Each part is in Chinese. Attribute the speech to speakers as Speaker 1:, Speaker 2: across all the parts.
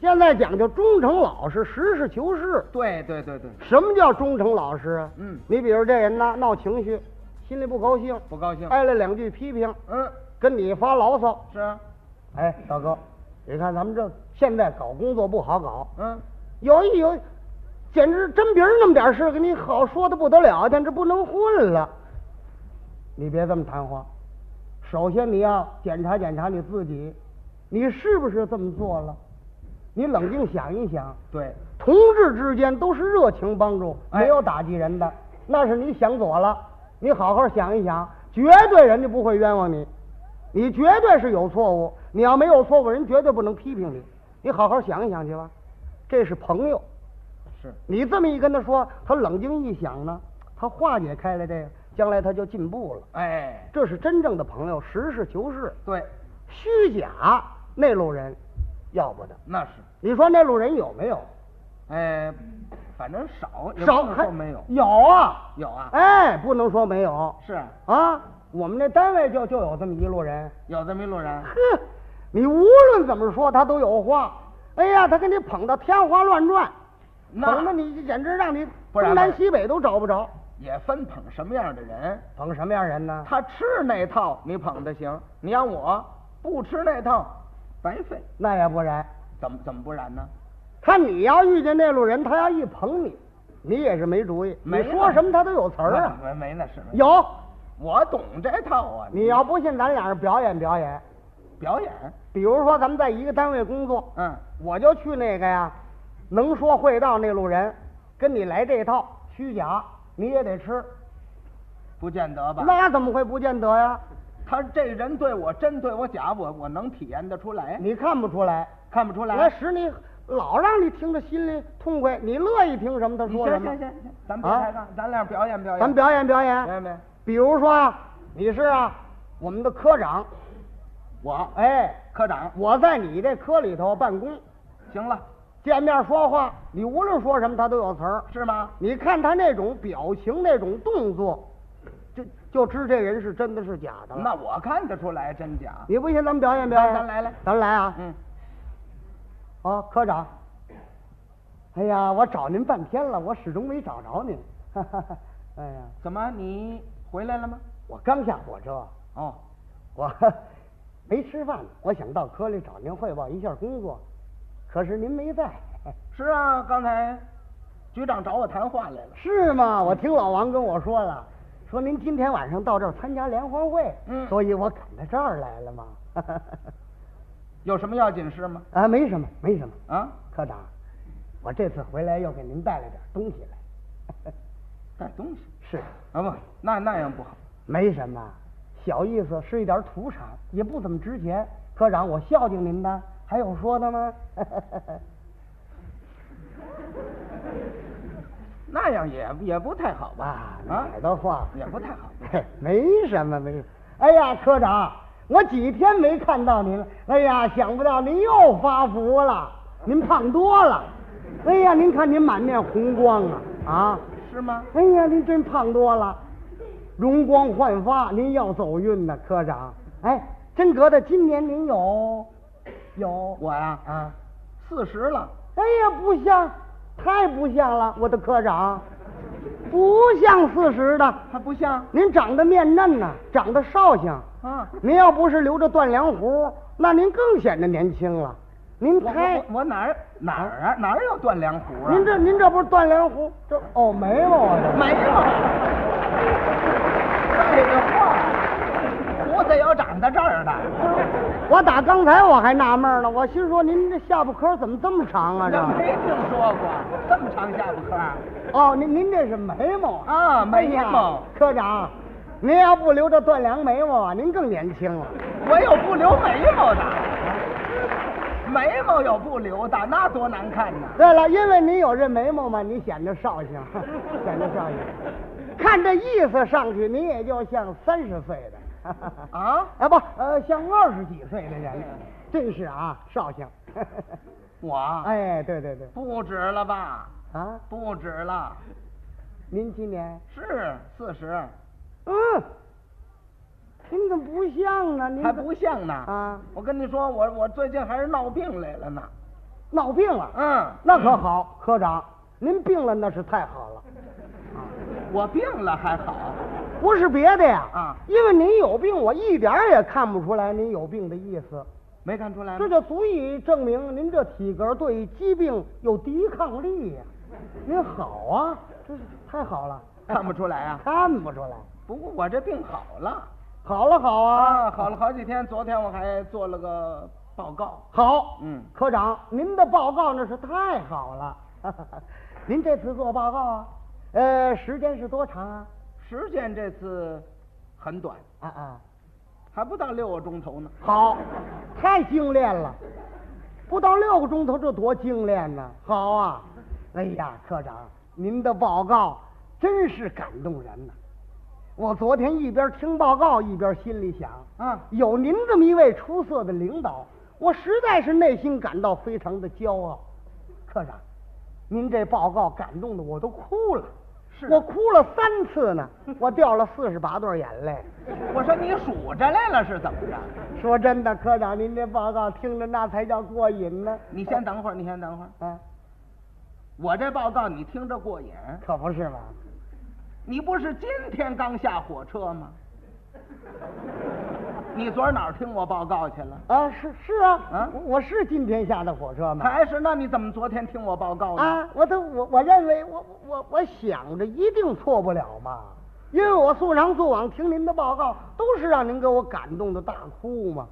Speaker 1: 现在讲究忠诚老实、实事求是。
Speaker 2: 对对对对，
Speaker 1: 什么叫忠诚老实啊？
Speaker 2: 嗯
Speaker 1: 你比如这人呐，闹情绪，心里不高兴，
Speaker 2: 不高兴。，
Speaker 1: 挨了两句批评，
Speaker 2: 嗯，
Speaker 1: 跟你发牢骚。
Speaker 2: 是啊，
Speaker 1: 哎，大哥，你看咱们这现在搞工作不好搞，
Speaker 2: 嗯，
Speaker 1: 有一有，简直真别人那么点事，给你好说的不得了，简直不能混了。你别这么谈话，首先你要检查检查你自己，你是不是这么做了？你冷静想一想，
Speaker 2: 对，
Speaker 1: 同志之间都是热情帮助，
Speaker 2: 哎
Speaker 1: 没有打击人的，那是你想左了。你好好想一想，绝对人家不会冤枉你，你绝对是有错误。你要没有错误，人绝对不能批评你。你好好想一想去吧，这是朋友。
Speaker 2: 是，
Speaker 1: 你这么一跟他说，他冷静一想呢，他化解开了这个，将来他就进步了。
Speaker 2: 哎，
Speaker 1: 这是真正的朋友，实事求是，
Speaker 2: 对，
Speaker 1: 虚假那路人要不得。
Speaker 2: 那是，
Speaker 1: 你说那路人有没有？
Speaker 2: 哎，反正少，哦也
Speaker 1: 少
Speaker 2: 不能
Speaker 1: 还
Speaker 2: 说没有，
Speaker 1: 有啊，
Speaker 2: 有啊
Speaker 1: 哎，不能说没有，
Speaker 2: 是啊
Speaker 1: 啊，我们那单位就就有这么一路人，
Speaker 2: 有这么一路 人，
Speaker 1: 哼，你无论怎么说他都有话，哎呀，他给你捧到天花乱转，
Speaker 2: 那
Speaker 1: 捧的你简直让你
Speaker 2: 不然
Speaker 1: 东
Speaker 2: 呢
Speaker 1: 南西北都找不着，
Speaker 2: 也分捧什么样的人，
Speaker 1: 捧什么样人呢？
Speaker 2: 他吃那套你捧的行，你让我不吃那套，白费，
Speaker 1: 那也不然，
Speaker 2: 怎么怎么不然呢？
Speaker 1: 看你要遇见那路人，他要一捧你，你也是没主意，
Speaker 2: 没
Speaker 1: 你
Speaker 2: 呢
Speaker 1: 说什么他都有词儿啊，
Speaker 2: 没没那事，
Speaker 1: 有，
Speaker 2: 我懂这套啊，
Speaker 1: 你要不信，咱俩人表演表演，
Speaker 2: 表演，
Speaker 1: 比如说咱们在一个单位工作，
Speaker 2: 嗯，
Speaker 1: 我就去那个呀，能说会道那路人，跟你来这套虚假，你也得吃，
Speaker 2: 不见得吧？
Speaker 1: 那怎么会不见得呀？
Speaker 2: 他这人对我真对我假，我我能体验得出来，
Speaker 1: 你看不出来，
Speaker 2: 哎看不出来。
Speaker 1: 那使你老让你听着心里痛快，你乐意听什么他
Speaker 2: 你
Speaker 1: 说什
Speaker 2: 行
Speaker 1: 么。啊
Speaker 2: 行行行，咱别抬杠，哎咱俩表演表演，
Speaker 1: 咱表演表演，
Speaker 2: 表演表演。
Speaker 1: 比如说啊，你是啊我们的科长，
Speaker 2: 我哎，
Speaker 1: 哎，
Speaker 2: 科长，
Speaker 1: 我在你这科里头办公，
Speaker 2: 行了，
Speaker 1: 见面说话，你无论说什么他都有词儿。
Speaker 2: 是吗？
Speaker 1: 你看他那种表情、那种动作，就就知这人是真的是假的了。
Speaker 2: 那我看得出来真假。
Speaker 1: 你不信，咱们表演表演。
Speaker 2: 咱来来
Speaker 1: 咱来啊！
Speaker 2: 嗯，
Speaker 1: 啊，科长，哎呀，我找您半天了，我始终没找着您。 哎呀，
Speaker 2: 怎么你回来了吗？
Speaker 1: 我刚下火车，
Speaker 2: 哦，
Speaker 1: 我没吃饭呢，我想到科里找您汇报一下工作，可是您没在。
Speaker 2: 是啊，刚才局长找我谈话来了。
Speaker 1: 是吗？我听老王跟我说了，说您今天晚上到这儿参加联欢会，
Speaker 2: 嗯
Speaker 1: 所以我赶到这儿来了嘛。
Speaker 2: 有什么要紧事吗？
Speaker 1: 啊，没什么，没什么。
Speaker 2: 啊，
Speaker 1: 科长，我这次回来又给您带了点东西来。
Speaker 2: 带东西
Speaker 1: 是，
Speaker 2: 啊不，那那样不好。
Speaker 1: 没什么，小意思，是一点土产，也不怎么值钱。科长，我孝敬您的，还有说的吗？
Speaker 2: 那样也也不太好吧
Speaker 1: 啊？，
Speaker 2: 啊，
Speaker 1: 哪儿的话，
Speaker 2: 也不太好。
Speaker 1: 嘿没什么，没什么。哎呀，科长，我几天没看到您了。哎呀，想不到您又发福了，您胖多了。哎呀，您看您满面红光啊啊！
Speaker 2: 是吗？
Speaker 1: 哎呀，您真胖多了，容光焕发，您要走运呢，科长。哎，真格的，今年您有有
Speaker 2: 我呀，
Speaker 1: 啊？
Speaker 2: 四十了，
Speaker 1: 哎呀，不像，太不像了，我的科长，不像四十的。
Speaker 2: 还不像
Speaker 1: 您长得面嫩呐、长得绍兴。
Speaker 2: 啊。
Speaker 1: 您要不是留着断梁胡，那您更显得年轻了。您
Speaker 2: 我
Speaker 1: 猜
Speaker 2: 我，我哪儿哪儿啊哪儿有断梁壶啊？
Speaker 1: 您这您这不是断梁胡，这哦眉毛啊这。
Speaker 2: 没有。废话，胡子要长到这儿的，
Speaker 1: 我打刚才我还纳闷呢，我心说您这下巴颏怎么这么长啊？
Speaker 2: 这没
Speaker 1: 这
Speaker 2: 听说过这么长下巴颏儿
Speaker 1: 哦，您您这是眉毛
Speaker 2: 啊眉毛
Speaker 1: 哎呀科长，您要不留着断梁眉毛啊，您更年轻了。
Speaker 2: 我有不留眉毛的，眉毛有不留的，那多难看呐！
Speaker 1: 对了，因为您有这眉毛嘛，你显得绍兴， 显得绍兴。看这意思上去，您也就像三十岁的，
Speaker 2: 啊
Speaker 1: 啊不，呃，像二十几岁的人，真是啊，绍 兴。
Speaker 2: 我
Speaker 1: 哎，对对对，
Speaker 2: 不止了吧？
Speaker 1: 啊，
Speaker 2: 不止了，
Speaker 1: 您今年，
Speaker 2: 是四十，
Speaker 1: 嗯，您怎么不像呢？您
Speaker 2: 还
Speaker 1: 怎
Speaker 2: 不像呢
Speaker 1: 啊
Speaker 2: 我跟你说，我我最近还是闹病来了呢。
Speaker 1: 闹病了。
Speaker 2: 嗯
Speaker 1: 那可好，科长，您病了那是太好了，
Speaker 2: 我病了还好，
Speaker 1: 不是别的呀，
Speaker 2: 啊
Speaker 1: 因为您有病，我一点儿也看不出来您有病的意思，
Speaker 2: 没看出来
Speaker 1: 这
Speaker 2: 吗？
Speaker 1: 就足以证明您这体格对疾病有抵抗力呀、您好啊，这是太好了，
Speaker 2: 看不出来啊。
Speaker 1: 看不出来。
Speaker 2: 不过我这病好
Speaker 1: 啊
Speaker 2: 了
Speaker 1: 好了好啊，
Speaker 2: 啊，好了好几天。昨天我还做了个报告，
Speaker 1: 好，
Speaker 2: 嗯
Speaker 1: 科长，您的报告那是太好了， 您这次做报告啊，呃，时间是多长啊？
Speaker 2: 时间这次很短，
Speaker 1: 啊啊，
Speaker 2: 还不到六个钟头呢。
Speaker 1: 好，太精炼了，不到六个钟头，这多精炼呢！好啊，哎呀，科长，您的报告真是感动人呐、我昨天一边听报告一边心里想，
Speaker 2: 啊
Speaker 1: 有您这么一位出色的领导，我实在是内心感到非常的骄傲。科长，您这报告感动的我都哭了，
Speaker 2: 是啊
Speaker 1: 我哭了三次呢，我掉了四十八对眼泪。
Speaker 2: 我说你数着来了是怎么着？
Speaker 1: 说真的，科长，您这报告听着那才叫过瘾呢。
Speaker 2: 你先等会儿，你先等会儿。
Speaker 1: 啊，
Speaker 2: 我这报告你听着过瘾，
Speaker 1: 可不是嘛，
Speaker 2: 你不是今天刚下火车吗？ 你昨儿哪儿听我报告去了？
Speaker 1: 啊，是是啊，哎
Speaker 2: 啊
Speaker 1: 我我是今天下的火车嘛。
Speaker 2: 还是那你怎么昨天听我报告呢？
Speaker 1: 啊，我都我我认为我我我想着一定错不了嘛，因为我素常素往听您的报告，都是让您给我感动的大哭嘛。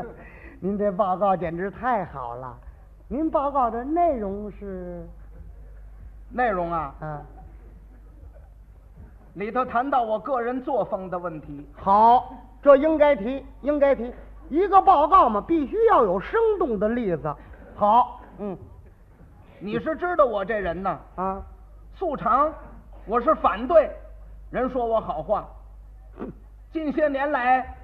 Speaker 1: 您这报告简直太好了，您报告的内容是
Speaker 2: 内容啊，
Speaker 1: 啊，
Speaker 2: 里头谈到我个人作风的问题。
Speaker 1: 好，这应该提，应该提。一个报告嘛，必须要有生动的例子。好，嗯，
Speaker 2: 你是知道我这人呐，
Speaker 1: 啊，
Speaker 2: 素常我是反对人说我好话。近些年来，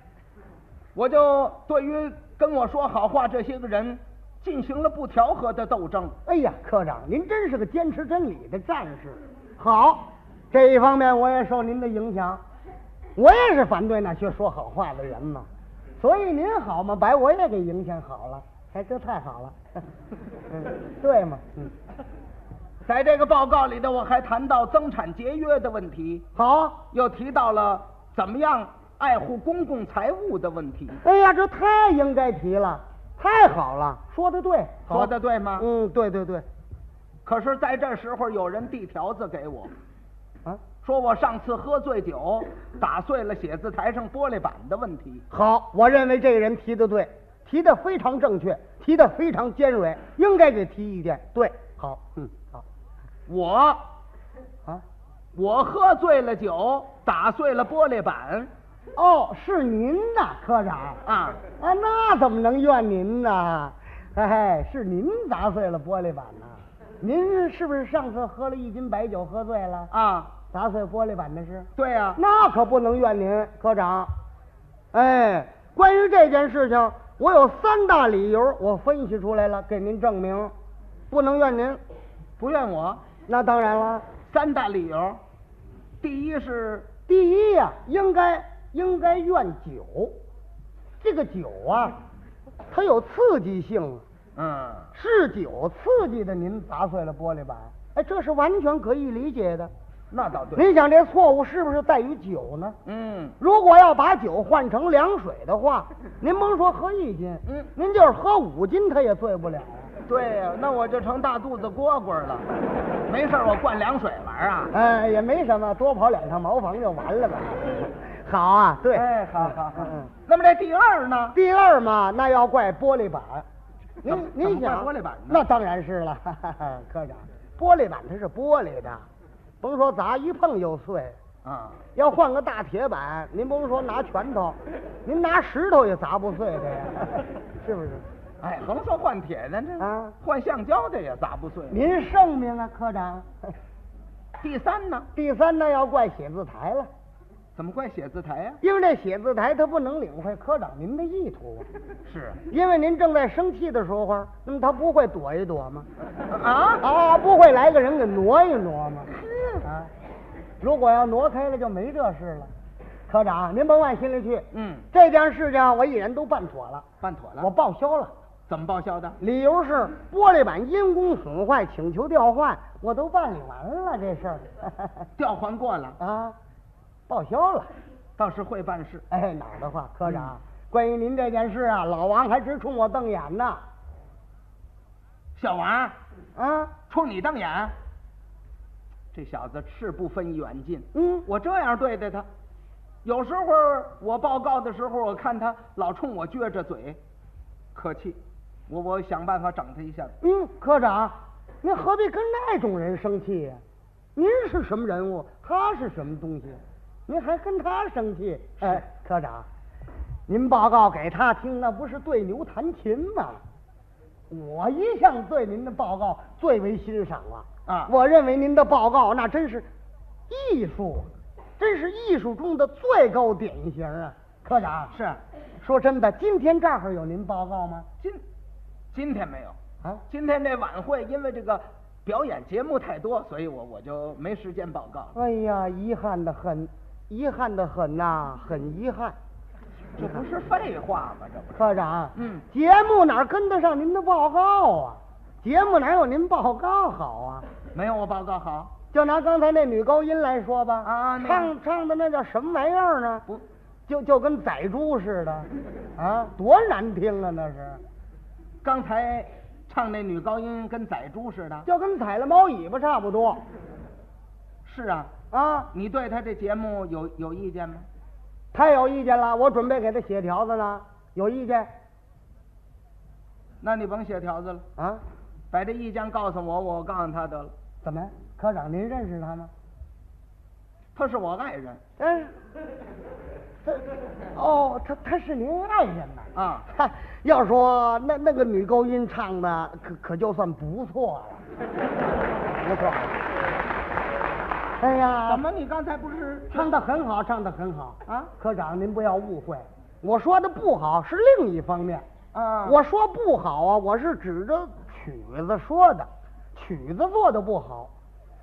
Speaker 2: 我就对于跟我说好话这些个人进行了不调和的斗争。
Speaker 1: 哎呀，科长，您真是个坚持真理的战士。好，这一方面我也受您的影响，我也是反对那些说好话的人嘛。所以您好嘛，把我也给影响好了，哎，这太好了。 嗯，对嘛，嗯，
Speaker 2: 在这个报告里头，我还谈到增产节约的问题，
Speaker 1: 好啊。
Speaker 2: 又提到了怎么样爱护公共财物的问题。
Speaker 1: 哎呀，这太应该提了，太好了，说的对，好
Speaker 2: 说得对吗
Speaker 1: 嗯，对对对，
Speaker 2: 可是，在这时候有人递条子给我，
Speaker 1: 啊。
Speaker 2: 说我上次喝醉酒打碎了写字台上玻璃板的问题。
Speaker 1: 好，我认为这个人提的对，提的非常正确，提的非常尖锐，应该给提意见。对，好，嗯，好，
Speaker 2: 我
Speaker 1: 啊，
Speaker 2: 我喝醉了酒打碎了玻璃板
Speaker 1: 哦，是您呐，科长
Speaker 2: 啊，
Speaker 1: 啊，那怎么能怨您呢？哎，是您砸碎了玻璃板呐、您是不是上次喝了一斤白酒喝醉了，
Speaker 2: 啊，
Speaker 1: 砸碎玻璃板的是？
Speaker 2: 对啊呀、
Speaker 1: 那可不能怨您，科长。哎，关于这件事情，我有三大理由，我分析出来了，给您证明，不能怨您。
Speaker 2: 不怨我。
Speaker 1: 那当然了，
Speaker 2: 三大理由，第一是
Speaker 1: 第一呀、应该应该怨酒，这个酒啊，它有刺激性，
Speaker 2: 嗯，
Speaker 1: 是酒刺激的您砸碎了玻璃板，哎，这是完全可以理解的。
Speaker 2: 那倒对，
Speaker 1: 您想这错误是不是在于酒呢？
Speaker 2: 嗯，
Speaker 1: 如果要把酒换成凉水的 话，您甭说喝一斤，
Speaker 2: 嗯
Speaker 1: 您就是喝五斤，他也醉不了。
Speaker 2: 对呀、那我就成大肚子蝈蝈了。没事儿，我灌凉水玩儿啊。
Speaker 1: 哎，也没什么，多跑两趟茅房就完了 呗。好啊，对，
Speaker 2: 哎，好好好
Speaker 1: 嗯。
Speaker 2: 那么这第二呢？
Speaker 1: 第二嘛，那要怪玻璃板。
Speaker 2: 怎么
Speaker 1: 您您
Speaker 2: 怎
Speaker 1: 想
Speaker 2: 么怪玻璃板呢
Speaker 1: 那当然是了， 科长，玻璃板它是玻璃的，甭说砸一碰就碎。
Speaker 2: 啊，
Speaker 1: 要换个大铁板，您甭说拿拳头，您拿石头也砸不碎的呀， 是不是？
Speaker 2: 哎，甭说换铁的，这
Speaker 1: 啊
Speaker 2: 换橡胶的也砸不碎。
Speaker 1: 您圣明啊，科长。
Speaker 2: 第三呢？
Speaker 1: 第三呢，要怪写字台了，
Speaker 2: 怎么怪写字 台呀、
Speaker 1: 因为这写字台它不能领会科长您的意图，啊
Speaker 2: 是
Speaker 1: 因为您正在生气的时候，那么他不会躲一躲 吗？
Speaker 2: 啊，
Speaker 1: 啊，不会来个人给挪一挪吗？啊，如果要挪开了，就没这事了。科长，您甭往心里去，
Speaker 2: 嗯，
Speaker 1: 这件事情我已然都办妥了，
Speaker 2: 办妥了。
Speaker 1: 我报销了，嗯
Speaker 2: 怎么报销的？
Speaker 1: 理由是玻璃板因公损坏，请求调换，我都办理完了这事 儿
Speaker 2: 调换过了，
Speaker 1: 啊，报销了。
Speaker 2: 倒是会办事。
Speaker 1: 哎，哪儿的话，科长，关于您这件事啊，老王还直冲我瞪眼呢。
Speaker 2: 小王，
Speaker 1: 啊，
Speaker 2: 冲你瞪眼，这小子是不分远近。
Speaker 1: 嗯
Speaker 2: 我这样对待他，有时候我报告的时候，我看他老冲我撅着嘴，可气。我我想办法整他一下子。
Speaker 1: 嗯，科长，您何必跟那种人生气呀、您是什么人物，他是什么东西，您还跟他生气？哎，科长，您报告给他听，那不是对牛弹琴吗？我一向对您的报告最为欣赏啊！
Speaker 2: 啊
Speaker 1: 我认为您的报告那真是艺术，真是艺术中的最高典型啊！科长
Speaker 2: 是
Speaker 1: 说真的，今天这儿有您报告吗？
Speaker 2: 今今天没有，
Speaker 1: 啊，
Speaker 2: 今天这晚会因为这个表演节目太多，所以我我就没时间报告了。
Speaker 1: 哎呀，遗憾的很，遗憾的很呐、很遗憾。
Speaker 2: 这不是废话吗？这不是
Speaker 1: 科长，
Speaker 2: 嗯
Speaker 1: 节目哪儿跟得上您的报告啊？节目哪有您报告好啊？
Speaker 2: 没有我报告好。
Speaker 1: 就拿刚才那女高音来说吧，
Speaker 2: 啊那个
Speaker 1: 唱唱的那叫什么玩意儿呢？
Speaker 2: 不，
Speaker 1: 就就跟宰猪似的，啊，多难听啊！那是，
Speaker 2: 刚才唱那女高音跟宰猪似的。
Speaker 1: 就跟踩了猫尾巴差不多，
Speaker 2: 是啊，
Speaker 1: 啊，
Speaker 2: 你对他这节目有有意见吗？
Speaker 1: 太有意见了，我准备给他写条子呢，有意见
Speaker 2: 那你甭写条子了，
Speaker 1: 啊？
Speaker 2: 把这意见告诉我，我告诉他得了。
Speaker 1: 怎么，科长您认识他吗？
Speaker 2: 他是我爱人
Speaker 1: 哎，他 哦，他他是您爱人呐？
Speaker 2: 啊，
Speaker 1: 哈要说那那个女高音唱的可可就算不错了，不错。哎呀，
Speaker 2: 怎么你刚才不是
Speaker 1: 唱的很好，唱的很好
Speaker 2: 啊
Speaker 1: 科长，您不要误会，我说的不好是另一方面。
Speaker 2: 啊？
Speaker 1: 我说不好啊，我是指着曲子说的，曲子做的不好。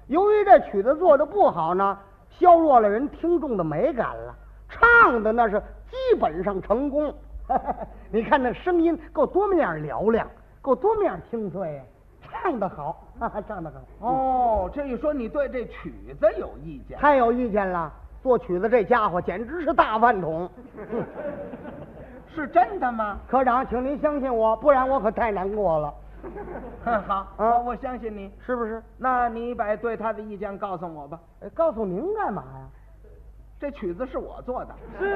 Speaker 1: 由于这曲子做的不好呢，削弱了人听众的美感了。唱的那是基本上成功， 你看那声音够多么样嘹亮，够多么样清脆呀、唱的好， 唱的好，
Speaker 2: 哦，这一说你对这曲子有意见，
Speaker 1: 太有意见了。作曲子这家伙简直是大饭桶。
Speaker 2: 是真的吗？
Speaker 1: 科长，请您相信我，不然我可太难过了，
Speaker 2: 哼
Speaker 1: 啊
Speaker 2: 好，我我相信你。
Speaker 1: 是不是？
Speaker 2: 那你把对他的意见告诉我吧。
Speaker 1: 哎告诉您干嘛呀？
Speaker 2: 这曲子是我做的，
Speaker 1: 是，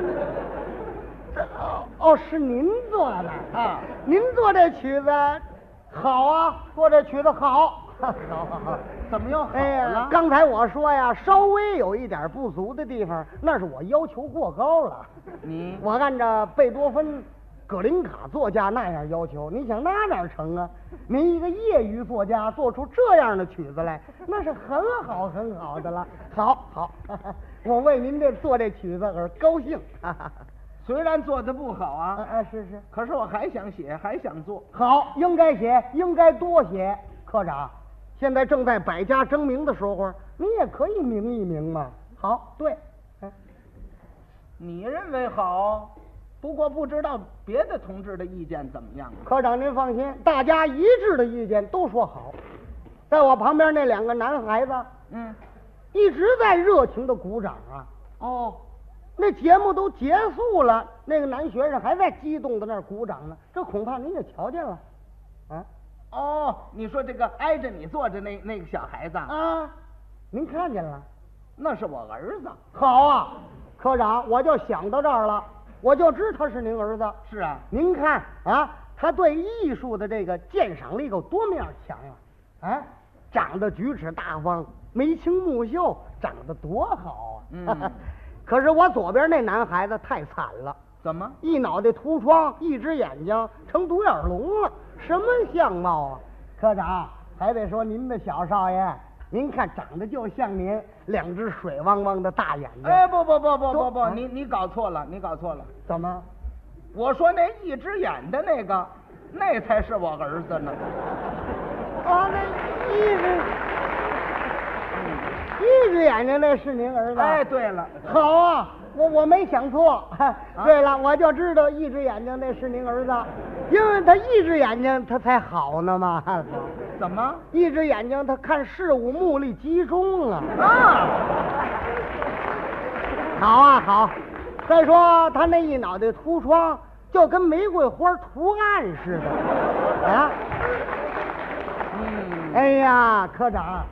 Speaker 1: 哦哦，是您做的
Speaker 2: 啊
Speaker 1: 您做这曲子好啊，做这曲子好， 好好好。
Speaker 2: 怎么又好
Speaker 1: 哎
Speaker 2: 了
Speaker 1: 呀，？刚才我说呀，稍微有一点不足的地方，那是我要求过高了。
Speaker 2: 你
Speaker 1: 我按照贝多芬、葛林卡作家那样要求，你想那哪成啊？您一个业余作家做出这样的曲子来， 那是很好很好的了。好好， 我为您这做这曲子而高兴。
Speaker 2: 虽然做的不好
Speaker 1: 啊
Speaker 2: 啊，
Speaker 1: 啊，是是，
Speaker 2: 可是我还想写，还想做。
Speaker 1: 好，应该写，应该多写。科长，现在正在百家争鸣的时候，你也可以明一明嘛。好，对，哎
Speaker 2: 你认为好，不过不知道别的同志的意见怎么样啊？
Speaker 1: 科长您放心，大家一致的意见都说好。在我旁边那两个男孩子
Speaker 2: 嗯，
Speaker 1: 一直在热情的鼓掌啊。
Speaker 2: 哦，
Speaker 1: 那节目都结束了，那个男学生还在激动的那儿鼓掌呢。这恐怕您也瞧见了，啊
Speaker 2: 哦，你说这个挨着你坐着那那个小孩子啊，
Speaker 1: 啊，您看见了。
Speaker 2: 那是我儿子。
Speaker 1: 好啊，科长，我就想到这儿了，我就知他是您儿子。
Speaker 2: 是啊，
Speaker 1: 您看啊，他对艺术的这个鉴赏力够多么样强啊！啊，长得举止大方，眉清目秀，长得多好啊！
Speaker 2: 嗯
Speaker 1: 可是我左边那男孩子太惨了，
Speaker 2: 怎么？
Speaker 1: 一脑袋秃疮，一只眼睛成独眼龙了，什么相貌啊！科长，还得说您的小少爷，您看长得就像您，两只水汪汪的大眼睛。
Speaker 2: 哎，不不不不不不，
Speaker 1: 啊
Speaker 2: 你你搞错了，你搞错了。
Speaker 1: 怎么？
Speaker 2: 我说那一只眼的那个，那才是我儿子呢。
Speaker 1: 啊，那一只一只着眼睛那是您儿子？
Speaker 2: 哎，，对啊了，
Speaker 1: 好啊，我我没想错。对了，我就知道一只眼睛那是您儿子，因为他一只眼睛他才好呢嘛，
Speaker 2: 怎么
Speaker 1: 一只眼睛他看事物目力集中啊。
Speaker 2: 啊？
Speaker 1: 好啊好，再说他那一脑袋秃疮，就跟玫瑰花图案似的，啊！
Speaker 2: 嗯，
Speaker 1: 哎呀，科长，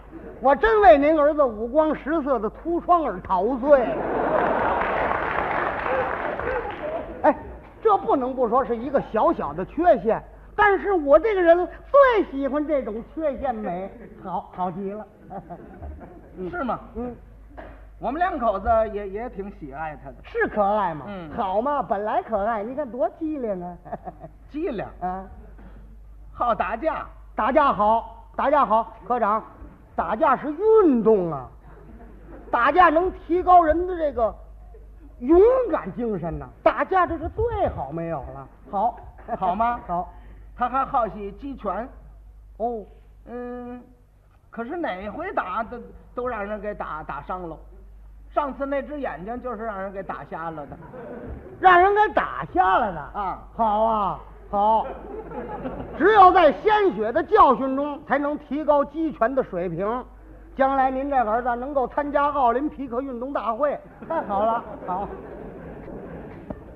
Speaker 1: 我真为您儿子五光十色的秃疮而陶醉。哎，这不能不说是一个小小的缺陷，但是我这个人最喜欢这种缺陷美，好好极了。
Speaker 2: 是吗？
Speaker 1: 嗯，
Speaker 2: 我们两口子也也挺喜爱他的，
Speaker 1: 是可爱吗？
Speaker 2: 嗯
Speaker 1: 好嘛，本来可爱，你看多机灵啊！
Speaker 2: 机灵，
Speaker 1: 啊。
Speaker 2: 好打架，
Speaker 1: 打架好，打架好，科长，打架是运动啊，打架能提高人的这个勇敢精神呐、打架这是最好没有了，好，
Speaker 2: 好吗
Speaker 1: 好，
Speaker 2: 他还好喜击拳，
Speaker 1: 哦，
Speaker 2: 嗯，可是哪回打都都让人给打打伤了。上次那只眼睛就是让人给打瞎了的，
Speaker 1: 让人给打瞎了呢
Speaker 2: 啊
Speaker 1: 好啊，好，只有在鲜血的教训中，才能提高击拳的水平。将来您这儿子啊能够参加奥林匹克运动大会，太好了，好。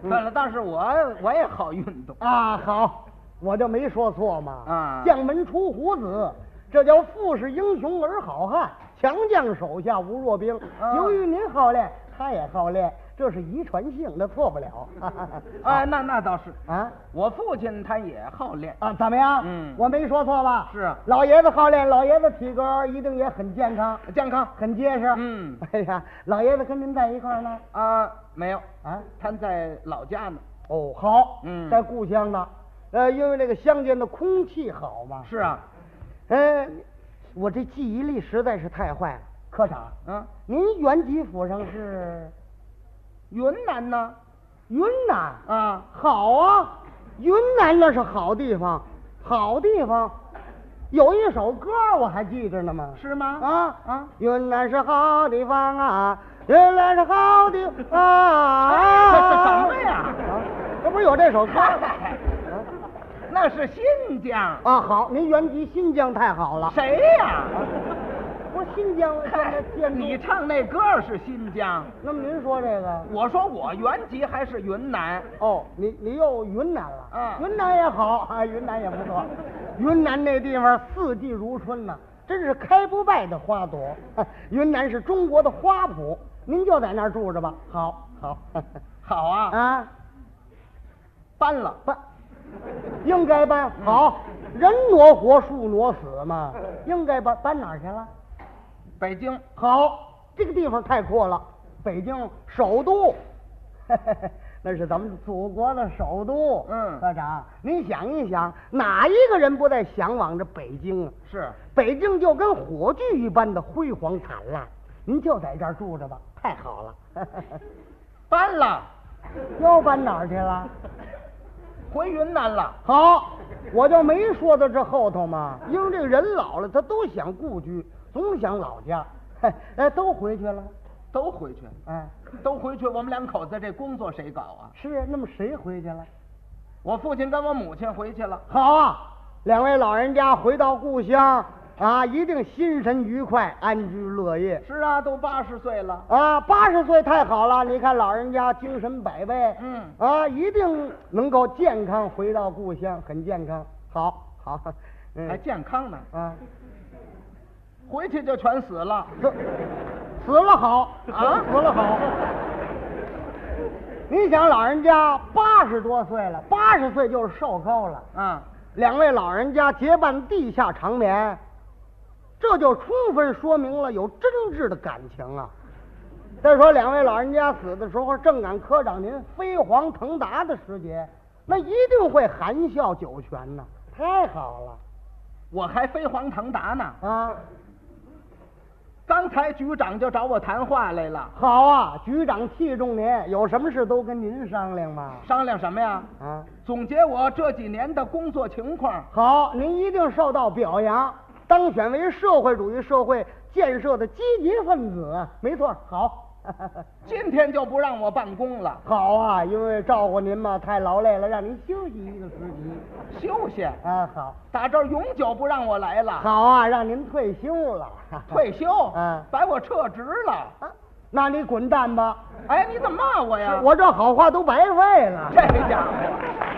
Speaker 2: 对了，但是我我也好运动，
Speaker 1: 嗯啊，好，我就没说错嘛。
Speaker 2: 啊
Speaker 1: 将门出虎子，这叫富士英雄而好汉，强将手下无弱兵。
Speaker 2: 啊
Speaker 1: 由于您好练，他也好练，这是遗传性，那错不了。
Speaker 2: 啊，那那倒是，
Speaker 1: 啊
Speaker 2: 我父亲他也好练，
Speaker 1: 啊，怎么样？
Speaker 2: 嗯
Speaker 1: 我没说错吧？
Speaker 2: 是啊
Speaker 1: 老爷子好练，老爷子体格一定也很健康，
Speaker 2: 呃健康
Speaker 1: 很结实。
Speaker 2: 嗯
Speaker 1: 哎呀，老爷子跟您在一块儿呢。
Speaker 2: 啊，没有
Speaker 1: 啊，
Speaker 2: 他在老家呢，
Speaker 1: 哦，好，
Speaker 2: 嗯
Speaker 1: 在故乡呢。呃，因为这个乡间的空气好嘛。
Speaker 2: 是啊，
Speaker 1: 呃，我这记忆力实在是太坏了，科长，
Speaker 2: 嗯，
Speaker 1: 您原籍府上是
Speaker 2: 云 南呢，
Speaker 1: 云南？
Speaker 2: 啊，
Speaker 1: 好啊，云南那是好地方，好地方。有一首歌我还记着呢嘛，
Speaker 2: 是吗？
Speaker 1: 啊
Speaker 2: 啊，
Speaker 1: 云南是好地方啊，云南是好地方、啊。
Speaker 2: 哎这是什么呀
Speaker 1: 啊，这不是有这首歌 吗？
Speaker 2: 那是新疆，
Speaker 1: 啊，好，您原籍新疆太好了。
Speaker 2: 谁呀？
Speaker 1: 不是新 疆现在建
Speaker 2: 你
Speaker 1: 筑，
Speaker 2: 唱那歌是新疆，
Speaker 1: 那么您说这个？
Speaker 2: 我说我原籍还是云南，
Speaker 1: 哦，你你又云南了？
Speaker 2: 啊
Speaker 1: 云南也好 啊，云南也不 错。云南那地方四季如春呐、真是开不败的花朵。 云南是中国的花圃，您就在那儿住着吧。好，好，
Speaker 2: 好啊，
Speaker 1: 啊，
Speaker 2: 搬了，
Speaker 1: 搬，应该搬。好，人挪活，树挪死嘛，应该搬。搬哪儿去了？
Speaker 2: 北京，
Speaker 1: 好，这个地方太阔了，北京首都， 那是咱们祖国的首都。
Speaker 2: 嗯
Speaker 1: 科长，您想一想，哪一个人不在向往着北京啊？
Speaker 2: 是
Speaker 1: 北京就跟火炬一般的辉煌灿烂，您就在这儿住着吧，太好了。
Speaker 2: 搬了，
Speaker 1: 又搬哪儿去了？
Speaker 2: 回云南了，
Speaker 1: 好，我就没说到这后头嘛，因为这个人老了，他都想故居，总想老家， 哎，都回去了，
Speaker 2: 都回去，
Speaker 1: 哎。
Speaker 2: 都回去，我们两口子这工作谁搞啊？
Speaker 1: 是啊，那么谁回去了？
Speaker 2: 我父亲跟我母亲回去了，
Speaker 1: 好啊，两位老人家回到故乡啊，一定心神愉快，安居乐业。
Speaker 2: 是啊，都八十岁了，
Speaker 1: 啊，八十岁太好了！你看老人家精神百倍，
Speaker 2: 嗯
Speaker 1: 啊，一定能够健康回到故乡，很健康。好，好，嗯，
Speaker 2: 还健康呢，
Speaker 1: 啊，
Speaker 2: 回去就全死 了，
Speaker 1: 死死了好
Speaker 2: 啊
Speaker 1: 死了好。你想，老人家八十多岁了，八十岁就是寿高了，
Speaker 2: 啊，
Speaker 1: 两位老人家结伴地下长眠，这就充分说明了有真挚的感情啊。再说两位老人家死的时候，正赶科长您飞黄腾达的时节，那一定会含笑九泉呐、太好了
Speaker 2: 我还飞黄腾达呢。
Speaker 1: 啊！
Speaker 2: 刚才局长就找我谈话来了，
Speaker 1: 好啊，局长器重您，有什么事都跟您商量嘛。
Speaker 2: 商量什么呀？
Speaker 1: 啊，
Speaker 2: 总结我这几年的工作情况。
Speaker 1: 好，您一定受到表扬。当选为社会主义社会建设的积极分子。没错，好，
Speaker 2: 今天就不让我办公了，
Speaker 1: 好啊，因为照顾您嘛，太劳累了，让您休息一个时期。
Speaker 2: 休息。
Speaker 1: 啊，好，
Speaker 2: 打这儿永久不让我来了，
Speaker 1: 好啊，让您退休了。
Speaker 2: 退休，
Speaker 1: 嗯
Speaker 2: 把我撤职了。
Speaker 1: 啊，那你滚蛋吧！
Speaker 2: 哎，你怎么骂我呀？
Speaker 1: 我这好话都白费了。
Speaker 2: 这家伙。